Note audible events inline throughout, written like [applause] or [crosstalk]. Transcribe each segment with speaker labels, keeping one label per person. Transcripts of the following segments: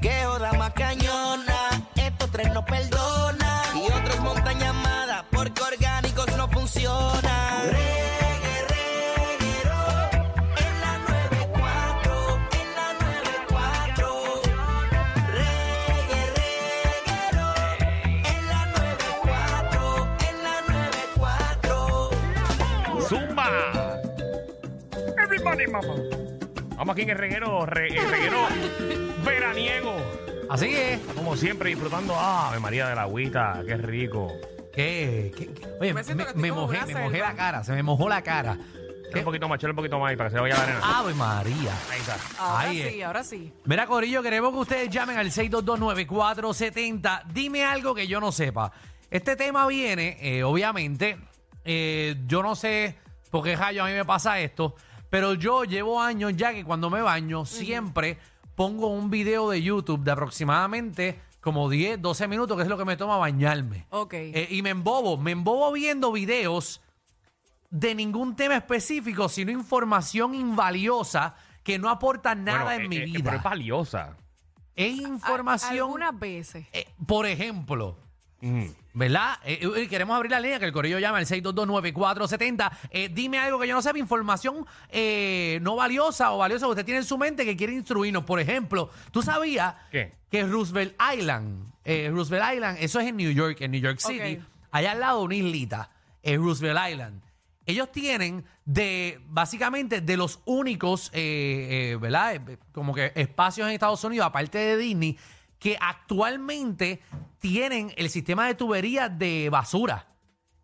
Speaker 1: Qué oda más cañona. Estos tres no perdona. Y otros montan llamada. Porque orgánicos no funcionan. En la 94, en la 94, reggae, reguero, en la 94, en la 94.
Speaker 2: ¡Zumba! Everybody, mamá. Vamos aquí en el reguero, re- el reguero veraniego.
Speaker 3: Así es.
Speaker 2: Como siempre, disfrutando. ¡Ah, Ave María de la Agüita! ¡Qué rico!
Speaker 3: ¿Qué? ¿Qué? qué? Oye,
Speaker 4: Me
Speaker 3: me,
Speaker 4: siento que estoy
Speaker 3: me
Speaker 4: como
Speaker 3: mojé,
Speaker 4: una
Speaker 3: me
Speaker 4: selva.
Speaker 3: mojé la cara, se me mojó la cara.
Speaker 2: Echale un poquito más, echale un poquito más ahí para que se le vaya la arena.
Speaker 3: Ave María.
Speaker 2: Ahí está.
Speaker 4: Ahora
Speaker 3: Ahí
Speaker 4: sí,
Speaker 3: es.
Speaker 4: ahora sí.
Speaker 3: Mira, Corillo, queremos que ustedes llamen al 6229470. Dime algo que yo no sepa. Este tema viene, eh, obviamente, eh, yo no sé por qué rayo a mí me pasa esto, pero yo llevo años ya que cuando me baño siempre pongo un video de YouTube de aproximadamente como 10, 12 minutos, que es lo que me toma bañarme.
Speaker 4: Ok.
Speaker 3: Eh, y me embobo, me embobo viendo videos de ningún tema específico, sino información invaliosa que no aporta nada
Speaker 2: Bueno,
Speaker 3: en
Speaker 2: eh,
Speaker 3: mi
Speaker 2: eh,
Speaker 3: vida.
Speaker 2: Pero es valiosa.
Speaker 3: es
Speaker 4: A-
Speaker 3: información,
Speaker 4: Algunas veces.
Speaker 3: eh, por ejemplo,
Speaker 2: Mm.
Speaker 3: ¿verdad? Eh, eh, queremos abrir la línea que el corillo llama al 6229470. Eh, dime algo que yo no sepa, información eh, no valiosa o valiosa que usted tiene en su mente que quiere instruirnos. Por ejemplo, ¿tú sabías
Speaker 2: ¿Qué?
Speaker 3: que Roosevelt Island, eh, Roosevelt Island, eso es en New York, en New York City,
Speaker 4: Ok.
Speaker 3: allá al lado de una islita, en Roosevelt Island. Ellos tienen de, básicamente, de los únicos, eh, eh, ¿verdad? Eh, Como que espacios en Estados Unidos, aparte de Disney, que actualmente tienen el sistema de tuberías de basura.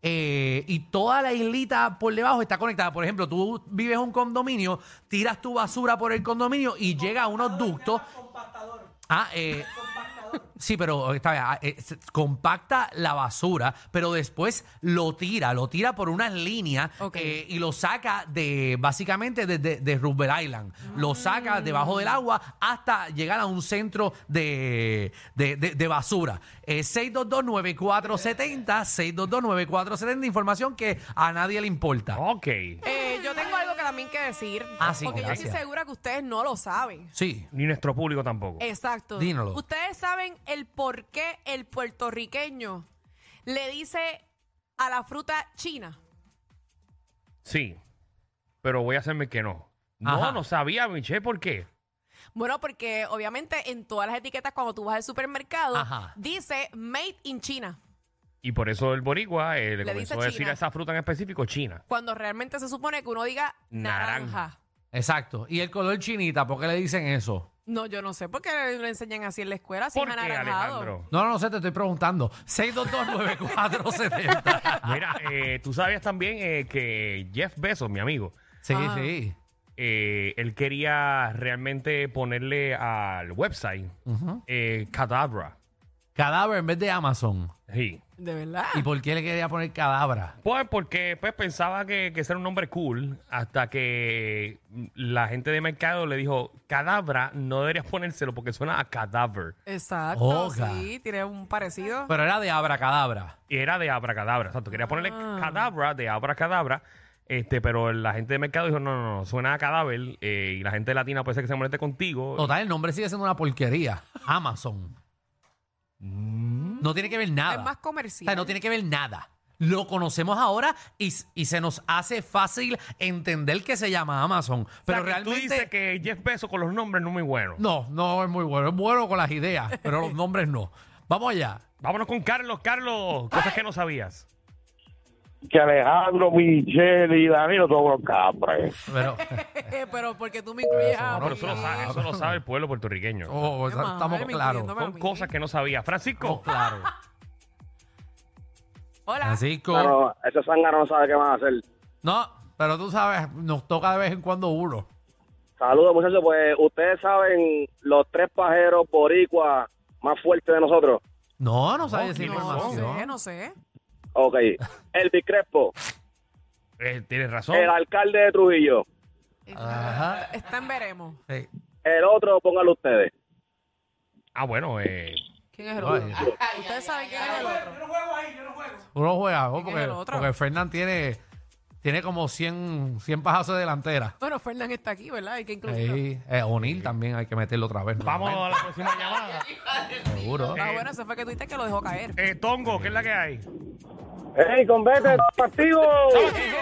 Speaker 3: Eh, y toda la islita por debajo está conectada. Por ejemplo, tú vives en un condominio, tiras tu basura por el condominio y llega a unos ductos. Ah, eh, sí, pero está bien, ah, eh, se- compacta la basura, pero después lo tira, lo tira por unas líneas
Speaker 4: Ok.
Speaker 3: eh, y lo saca de básicamente desde de, Roosevelt Island. Lo saca debajo del agua hasta llegar a un centro de, de, de- de basura. Eh, 6229470, 6229470, información que a nadie le importa.
Speaker 2: Ok.
Speaker 4: Eh, yo tengo algo que también que decir.
Speaker 3: Ah, sí,
Speaker 4: porque yo
Speaker 3: gracias.
Speaker 4: estoy segura que ustedes no lo saben.
Speaker 3: Sí.
Speaker 2: Ni nuestro público tampoco.
Speaker 3: Eh.
Speaker 4: Exacto.
Speaker 3: Dínolo.
Speaker 4: Ustedes saben el por qué el puertorriqueño le dice a la fruta china.
Speaker 2: Sí. Pero voy a hacerme que no. No,
Speaker 3: Ajá.
Speaker 2: no sabía, Michelle, ¿por qué?
Speaker 4: Bueno, porque obviamente en todas las etiquetas cuando tú vas al supermercado
Speaker 3: Ajá.
Speaker 4: dice made in China,
Speaker 2: Y por eso el boricua eh, le,
Speaker 4: Le
Speaker 2: comenzó a
Speaker 4: dice
Speaker 2: decir
Speaker 4: China.
Speaker 2: a esa fruta en específico China.
Speaker 4: cuando realmente se supone que uno diga
Speaker 2: Naranja.
Speaker 4: naranja.
Speaker 3: Exacto. ¿Y el color chinita? ¿Por qué le dicen eso?
Speaker 4: No, yo no sé por qué le enseñan así en la escuela, así
Speaker 2: ¿Por
Speaker 4: es
Speaker 2: qué,
Speaker 4: anaranjado.
Speaker 2: Alejandro?
Speaker 3: No, no, no sé, te estoy preguntando. 6229470.
Speaker 2: Mira, eh, tú sabías también eh, que Jeff Bezos, mi amigo,
Speaker 3: [laughs] Sí,
Speaker 4: Ajá.
Speaker 3: sí.
Speaker 2: eh, él quería realmente ponerle al website eh, Cadabra.
Speaker 3: Cadáver en vez de Amazon.
Speaker 2: Sí.
Speaker 4: De verdad.
Speaker 3: ¿Y por qué le quería poner cadabra?
Speaker 2: Pues porque pues, pensaba que, que ese era un nombre cool hasta que la gente de mercado le dijo, Cadabra no deberías ponérselo porque suena a cadáver.
Speaker 4: Exacto,
Speaker 2: Oh,
Speaker 3: Oga.
Speaker 4: sí, tiene un parecido.
Speaker 2: Pues
Speaker 3: Pero era de abracadabra.
Speaker 2: Y era de abracadabra. Exacto, quería ponerle cadabra de abracadabra. Este, pero la gente de mercado dijo, no, no, no, suena a cadáver. eh, y la gente latina puede ser que se moleste contigo.
Speaker 3: Total, el nombre sigue siendo una porquería. Amazon. No tiene que ver nada.
Speaker 4: Es más
Speaker 3: O
Speaker 4: comercial.
Speaker 3: sea, no tiene que ver nada. Lo conocemos ahora y, s- y se nos hace fácil entender que se llama Amazon.
Speaker 2: O sea,
Speaker 3: Pero
Speaker 2: que
Speaker 3: realmente.
Speaker 2: Tú dices que Jeff Bezos con los nombres no es muy bueno.
Speaker 3: No, no es muy bueno. Es bueno con las ideas,
Speaker 2: [laughs]
Speaker 3: pero los nombres no. Vamos allá.
Speaker 2: Vámonos con Carlos. Carlos, cosas que no sabías.
Speaker 5: que Alejandro, Michelle y Danilo son unos capres.
Speaker 2: [laughs]
Speaker 3: Pero,
Speaker 4: [laughs] Pero porque tú me incluyes a
Speaker 2: Pero
Speaker 3: no,
Speaker 4: mí.
Speaker 2: eso lo sabe, eso lo sabe el pueblo puertorriqueño.
Speaker 3: Ah. oh,
Speaker 4: Qué mal,
Speaker 3: estamos
Speaker 4: me
Speaker 3: claros.
Speaker 4: incluyéndome a
Speaker 2: Son
Speaker 4: mí.
Speaker 2: cosas que no sabía. Francisco.
Speaker 3: Estamos
Speaker 4: [laughs]
Speaker 3: claros.
Speaker 4: Hola.
Speaker 3: Francisco.
Speaker 5: esos zánganos no saben qué van a hacer.
Speaker 3: No, pero tú sabes, nos toca de vez en cuando uno.
Speaker 5: Saludos, muchachos. Pues ustedes saben los tres pajeros boricuas más fuertes de nosotros.
Speaker 3: No, no sabes esa
Speaker 2: ¿quiénes
Speaker 4: No
Speaker 3: información.
Speaker 4: sé, no sé.
Speaker 5: Ok. Elvis Crespo,
Speaker 2: Eh, tienes razón.
Speaker 5: el alcalde de Trujillo.
Speaker 3: Ajá.
Speaker 4: Está en veremos.
Speaker 3: Sí.
Speaker 5: El otro, pónganlo ustedes.
Speaker 2: Ah, bueno, eh,
Speaker 4: ¿Quién es el
Speaker 3: No,
Speaker 4: otro?
Speaker 3: eh,
Speaker 4: Ustedes saben quién es el otro.
Speaker 3: uno juega, ¿no?
Speaker 4: ¿Quién es
Speaker 3: porque,
Speaker 4: el otro?
Speaker 3: porque Fernán tiene, tiene como 100, 100 pajazos de delantera.
Speaker 4: Bueno, Fernán está aquí, ¿verdad? Hay que incluirlo.
Speaker 3: Ahí, eh, O'Neill también hay que meterlo otra vez.
Speaker 2: vamos a
Speaker 3: nuevamente,
Speaker 2: la próxima llamada.
Speaker 3: Seguro.
Speaker 4: Ah, bueno, se fue que tuviste que lo dejó caer.
Speaker 2: Eh, Tongo, ¿qué es la que hay?
Speaker 5: ¡Ey, convete, partido!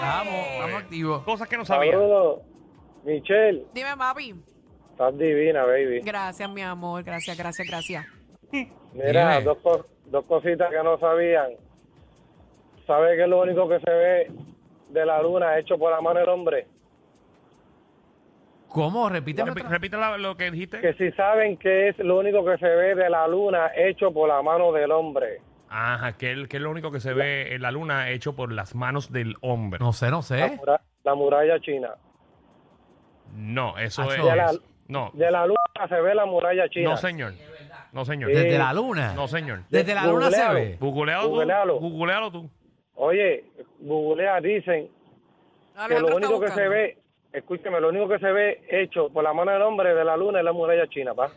Speaker 3: Vamos, estamos activos.
Speaker 2: Eh, Cosas que no sabía.
Speaker 5: Saludos. Michelle,
Speaker 4: Dime, papi.
Speaker 5: estás divina, baby.
Speaker 4: Gracias, mi amor. Gracias, gracias, gracias.
Speaker 5: Mira,
Speaker 3: Dime.
Speaker 5: dos, cos- dos cositas que no sabían. ¿Sabe qué es lo único que se ve de la luna hecho por la mano del hombre?
Speaker 3: ¿Cómo?
Speaker 2: Repi-
Speaker 3: Repíteme
Speaker 2: Repite,
Speaker 3: otra-
Speaker 2: la- lo que dijiste.
Speaker 5: Que si saben qué es lo único que se ve de la luna hecho por la mano del hombre.
Speaker 2: Ajá, que, el- que es lo único que se ve en la luna hecho por las manos del hombre. No,
Speaker 3: No sé, no
Speaker 5: La,
Speaker 3: sé.
Speaker 5: mura- la muralla china.
Speaker 2: eso
Speaker 3: Acho.
Speaker 2: es.
Speaker 3: De
Speaker 5: la-
Speaker 2: no,
Speaker 5: De la luna se ve la muralla china.
Speaker 2: no, señor. No, señor.
Speaker 5: Sí.
Speaker 3: Desde la luna.
Speaker 2: No, señor.
Speaker 3: Desde la luna se
Speaker 5: Googleado.
Speaker 3: ve.
Speaker 2: Googlealo tú.
Speaker 5: Googlealo.
Speaker 2: Googlealo tú.
Speaker 5: Oye, googlea, dicen que
Speaker 4: Alejandro
Speaker 5: lo
Speaker 4: está
Speaker 5: único que
Speaker 4: buscando.
Speaker 5: se ve, escúcheme, lo único que se ve hecho por la mano del hombre de la luna es la muralla china, pa.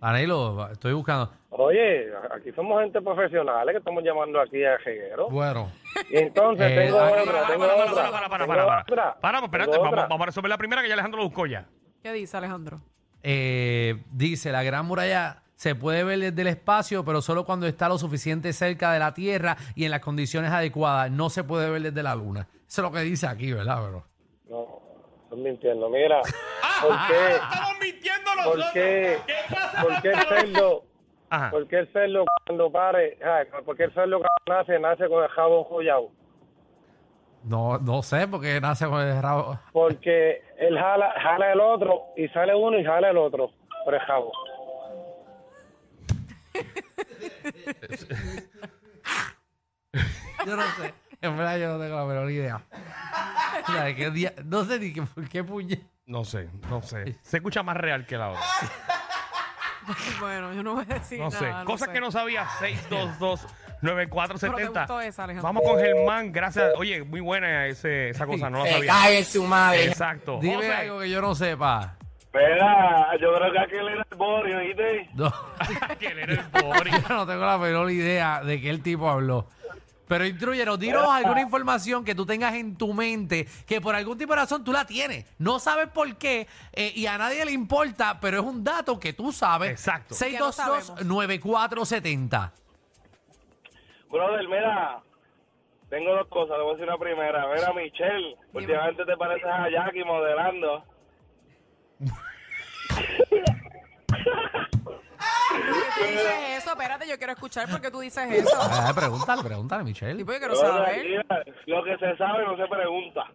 Speaker 3: Danilo, estoy buscando.
Speaker 5: Oye, aquí somos gente profesional que estamos llamando aquí a jeguero.
Speaker 3: Bueno.
Speaker 5: Y entonces
Speaker 3: Eh,
Speaker 5: tengo
Speaker 3: ah,
Speaker 5: otra,
Speaker 2: Para,
Speaker 5: tengo
Speaker 2: para, para,
Speaker 5: otra.
Speaker 2: para, para, para,
Speaker 5: tengo
Speaker 2: para, para. Para,
Speaker 5: otra,
Speaker 2: pues,
Speaker 5: tengo
Speaker 2: espérate, vamos,
Speaker 5: otra.
Speaker 2: vamos a resolver la primera que ya Alejandro lo buscó ya.
Speaker 4: ¿Qué dice Alejandro? [laughs]
Speaker 3: Eh, dice, la gran muralla se puede ver desde el espacio, pero solo cuando está lo suficiente cerca de la Tierra y en las condiciones adecuadas. No se puede ver desde la luna. Eso es lo que dice aquí, ¿verdad, bro?
Speaker 5: No, estoy mintiendo. Mira, ¿por qué,
Speaker 2: Ah, ¡Estamos mintiendo
Speaker 5: por qué, por qué el cerdo,
Speaker 2: Ajá.
Speaker 5: por qué el cerdo cuando pare, ay, por qué el cerdo cuando nace, nace con el jabón joyado?
Speaker 3: No, no sé, porque nace con el rabo. [laughs]
Speaker 5: Porque él jala, jala el otro y sale uno y jala el otro por el jabón.
Speaker 3: Yo no sé. En verdad, yo no tengo la menor idea. [laughs] O sea, ¿de qué día- No sé ni qué, qué puñe.
Speaker 2: No sé, no sé. Se escucha más real que la otra.
Speaker 4: Bueno, yo no voy a decir
Speaker 2: No sé.
Speaker 4: nada.
Speaker 2: Cosas
Speaker 4: sé.
Speaker 2: que no sabía. 622
Speaker 4: Pero te
Speaker 2: 9470.
Speaker 4: gustó esa, Alejandro.
Speaker 2: Vamos con Germán. Gracias. Oye, muy buena ese, esa cosa. No la
Speaker 6: Se
Speaker 2: sabía.
Speaker 6: cae en su madre.
Speaker 2: Exacto.
Speaker 3: Dime
Speaker 2: José,
Speaker 3: algo que yo no sepa.
Speaker 5: Espera, yo creo que aquel era el borio, ¿viste?
Speaker 3: No.
Speaker 2: que él era el pobre.
Speaker 3: [laughs] Yo no tengo la menor idea de qué el tipo habló. Pero instruyeros, dinos alguna información que tú tengas en tu mente que por algún tipo de razón tú la tienes. No sabes por qué eh, y a nadie le importa, pero es un dato que tú sabes.
Speaker 2: Exacto.
Speaker 4: Que no sabemos.
Speaker 3: 622-9470.
Speaker 5: Brother, mira, tengo dos cosas, te voy a decir una primera. Mira, Michelle, últimamente te pareces a Jackie modelando.
Speaker 4: ¿Por qué tú dices eso? Espérate, yo quiero escuchar por qué tú dices eso.
Speaker 3: [laughs] Ah, pregúntale, pregúntale, Michelle.
Speaker 4: Tipo, yo quiero saber.
Speaker 5: Lo que se sabe no se pregunta.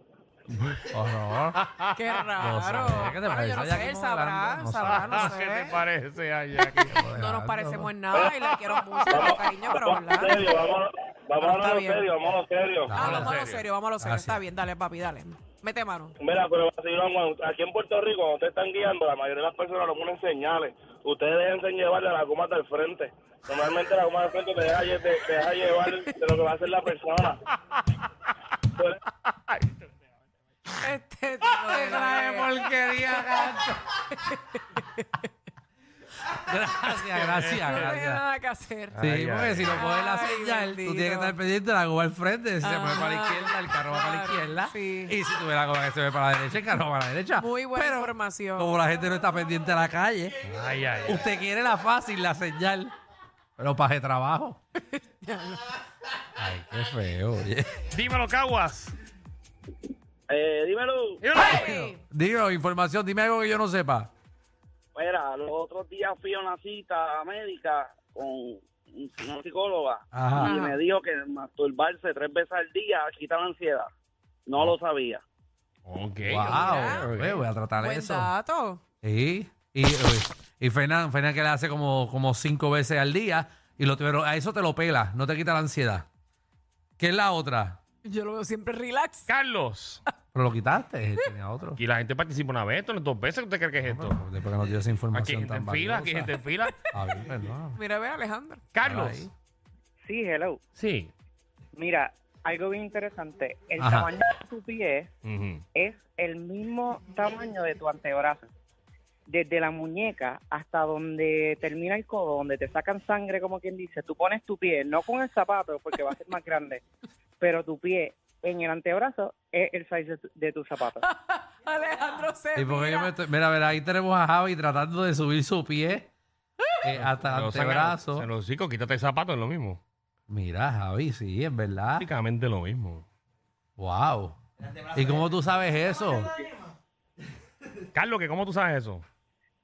Speaker 3: Por
Speaker 4: [laughs]
Speaker 3: favor.
Speaker 4: Qué
Speaker 3: No sé,
Speaker 4: raro.
Speaker 3: ¿qué te
Speaker 4: Bueno,
Speaker 3: parece?
Speaker 4: yo no
Speaker 3: Hay aquí
Speaker 4: sé, él
Speaker 3: como
Speaker 4: sabrá,
Speaker 3: hablando, [laughs] no
Speaker 4: sabrá, no
Speaker 2: ¿Qué te
Speaker 4: sé.
Speaker 2: parece a Jackie?
Speaker 4: No nos parecemos en nada y la quiero
Speaker 3: [laughs]
Speaker 4: mucho, la cariño, pero
Speaker 5: En
Speaker 4: ¿verdad?
Speaker 5: serio, vamos, vamos
Speaker 4: Pero
Speaker 5: a
Speaker 4: está
Speaker 5: hablar
Speaker 4: bien.
Speaker 5: serio, vamos a lo serio.
Speaker 4: Ah, vamos a
Speaker 2: Habla
Speaker 4: lo
Speaker 2: serio.
Speaker 4: serio, vamos a lo serio.
Speaker 3: Gracias.
Speaker 4: Está bien, dale, papi, dale.
Speaker 3: [laughs]
Speaker 4: Mete mano.
Speaker 5: Mira, pero vacilón, cuando- aquí en Puerto Rico, cuando ustedes están guiando, la mayoría de las personas no ponen señales. Ustedes déjense llevar de la goma hasta el frente. Normalmente la goma del frente te deja, lle- te, te deja llevar de lo que va a hacer la persona. Por-
Speaker 4: Este tipo de
Speaker 3: porquería, [laughs] Gracias, gracias,
Speaker 4: No tiene
Speaker 3: gracias.
Speaker 4: nada que hacer.
Speaker 3: Sí,
Speaker 2: Ay,
Speaker 3: porque
Speaker 2: ay,
Speaker 3: si no pones la
Speaker 4: Ay,
Speaker 3: señal,
Speaker 4: bendito.
Speaker 3: tú tienes que estar pendiente de la goma al frente. Si se
Speaker 4: Ajá.
Speaker 3: mueve para la izquierda, el carro va para la
Speaker 4: Claro,
Speaker 3: izquierda.
Speaker 4: sí.
Speaker 3: Y si tú ves la goma que se ve para la derecha, el carro va para la derecha.
Speaker 4: Muy buena
Speaker 3: Pero,
Speaker 4: información.
Speaker 3: Como la gente no está pendiente de la calle,
Speaker 2: Ay, ay,
Speaker 3: [laughs]
Speaker 2: ay.
Speaker 3: usted quiere la fácil, la señal. Pero para de
Speaker 4: [laughs]
Speaker 3: trabajo. Ay, qué feo, oye.
Speaker 2: Dímelo, Caguas.
Speaker 5: Eh, dímelo.
Speaker 2: Dímelo.
Speaker 4: Sí.
Speaker 3: Dime información, dime algo que yo no sepa.
Speaker 5: Mira, los otros días fui a una cita médica con una psicóloga
Speaker 3: Ajá.
Speaker 5: y
Speaker 4: Ajá.
Speaker 5: me dijo que masturbarse tres veces al día quita la ansiedad. No lo sabía.
Speaker 2: Ok.
Speaker 3: Wow,
Speaker 2: ok.
Speaker 3: eh, voy a tratar
Speaker 4: Buen
Speaker 3: eso.
Speaker 4: dato.
Speaker 3: Sí. Y, uy, y Fernán, Fernán que le hace como, como cinco veces al día, y lo, pero a eso te lo pela, no te quita la ansiedad. ¿Qué es la otra?
Speaker 4: Yo lo veo siempre relax.
Speaker 2: Carlos.
Speaker 3: Pero lo quitaste,
Speaker 2: [laughs]
Speaker 3: tenía otro.
Speaker 2: Y la gente participa una vez, esto no es dos veces. ¿Usted cree que es esto?
Speaker 3: Después que nos dio
Speaker 2: Aquí
Speaker 3: esa
Speaker 2: hay
Speaker 3: información
Speaker 2: gente
Speaker 3: tan
Speaker 2: en fila, aquí hay gente
Speaker 3: valiosa.
Speaker 2: en este- fila.
Speaker 3: Ah, bien,
Speaker 2: [laughs]
Speaker 3: perdón.
Speaker 4: Mira, ve
Speaker 3: [laughs]
Speaker 4: a Alejandro.
Speaker 2: Carlos.
Speaker 6: Sí, hello.
Speaker 2: Sí.
Speaker 6: Mira, algo bien interesante. El
Speaker 3: Ajá.
Speaker 6: tamaño de tu pie
Speaker 2: Ujú.
Speaker 6: es el mismo tamaño de tu antebrazo. Desde la muñeca hasta donde termina el codo, donde te sacan sangre, como quien dice, tú pones tu pie, no con el zapato porque va a ser más grande, pero tu pie en el antebrazo es el size de tu, de tu zapato.
Speaker 4: Alejandro se
Speaker 3: Y porque yo
Speaker 4: mira.
Speaker 3: me estoy- mira, mira, ahí tenemos a Javi tratando de subir su
Speaker 2: [gasps]
Speaker 3: pie eh, hasta el
Speaker 2: Pero saca-
Speaker 3: antebrazo.
Speaker 2: Se los chicos, quítate el zapato, es lo mismo.
Speaker 3: Mira, Javi, sí, es verdad.
Speaker 2: Prácticamente lo mismo.
Speaker 3: Wow. ¿Y cómo tú sabes eso? [laughs]
Speaker 2: Carlos, ¿que ¿cómo tú sabes eso?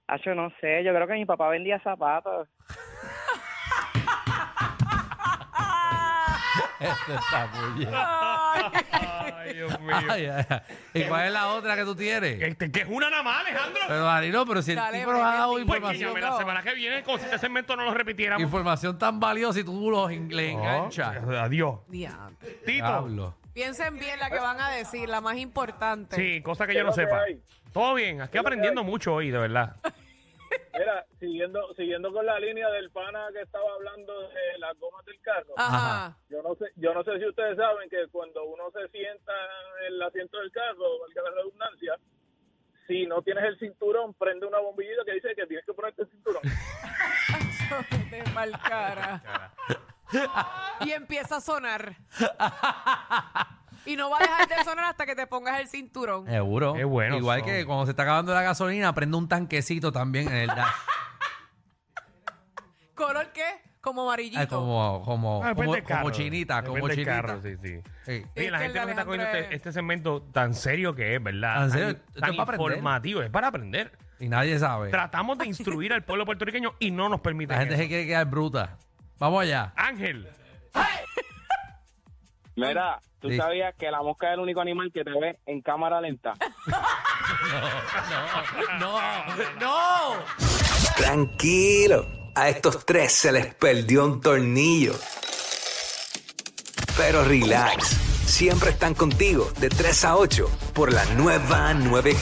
Speaker 6: Ah, yo no sé, yo creo que mi papá vendía zapatos.
Speaker 3: Esto Este está muy bien.
Speaker 2: Ay, Dios mío.
Speaker 3: Ay, ay, ay. ¿Y cuál es la otra que tú tienes?
Speaker 2: Que, que es una nada más, Alejandro.
Speaker 3: Pero Danilo, pero si el
Speaker 4: Dale,
Speaker 3: tipo nos ha dado
Speaker 4: Brenda,
Speaker 2: Pues que
Speaker 3: información,
Speaker 2: llame la semana que viene, como si este segmento no lo repitiéramos.
Speaker 3: información tan valiosa y tú los
Speaker 2: Oh,
Speaker 3: en- le enganchas.
Speaker 2: Adiós.
Speaker 4: Diantre.
Speaker 2: Tito.
Speaker 3: Diablo.
Speaker 4: Piensen bien la que van a decir, la más importante.
Speaker 2: Sí, cosa que yo
Speaker 5: es
Speaker 2: no
Speaker 5: lo que
Speaker 2: sepa.
Speaker 5: hay?
Speaker 2: Todo bien, aquí aprendiendo mucho hoy, de verdad.
Speaker 5: Mira, siguiendo, siguiendo con la línea del pana que estaba hablando de las gomas del carro.
Speaker 4: Ajá.
Speaker 3: Ajá.
Speaker 5: Yo no sé, yo no sé si ustedes saben que cuando uno se sienta en el asiento del carro, valga la redundancia, si no tienes el cinturón, prende una bombillita que dice que tienes que ponerte el cinturón.
Speaker 4: [laughs] De mal cara. y empieza a sonar. y no va a dejar de sonar hasta que te pongas el cinturón.
Speaker 3: Seguro.
Speaker 2: Qué buenos
Speaker 3: Igual
Speaker 2: son.
Speaker 3: que cuando se está acabando la gasolina, prende un tanquecito también en el dash.
Speaker 4: ¿Color qué? Como amarillito.
Speaker 3: Ay, Ah, como, como,
Speaker 2: Ah, depende
Speaker 3: como,
Speaker 2: del carro.
Speaker 3: como chinita,
Speaker 2: Depende
Speaker 3: como
Speaker 2: del
Speaker 3: chinita.
Speaker 2: carro, sí, sí.
Speaker 3: Sí.
Speaker 4: Sí,
Speaker 2: Oye, la
Speaker 4: que el
Speaker 2: gente
Speaker 4: de
Speaker 2: no está cogiendo
Speaker 4: Alejandro
Speaker 2: este, este segmento tan serio que es, ¿verdad?
Speaker 3: Tan serio, esto es
Speaker 2: tan
Speaker 3: para aprender.
Speaker 2: informativo, es para aprender.
Speaker 3: Y nadie sabe.
Speaker 2: Tratamos de instruir al pueblo puertorriqueño y no nos permiten
Speaker 3: La gente
Speaker 2: eso.
Speaker 3: se quiere quedar bruta. Vamos allá.
Speaker 2: Ángel,
Speaker 7: [laughs] Mira, tú
Speaker 3: Sí.
Speaker 7: sabías que la mosca es el único animal que te ve en cámara lenta.
Speaker 3: No, no.
Speaker 8: Tranquilo, a estos tres se les perdió un tornillo. Pero relax, siempre están contigo de 3 a 8 por la nueva 9.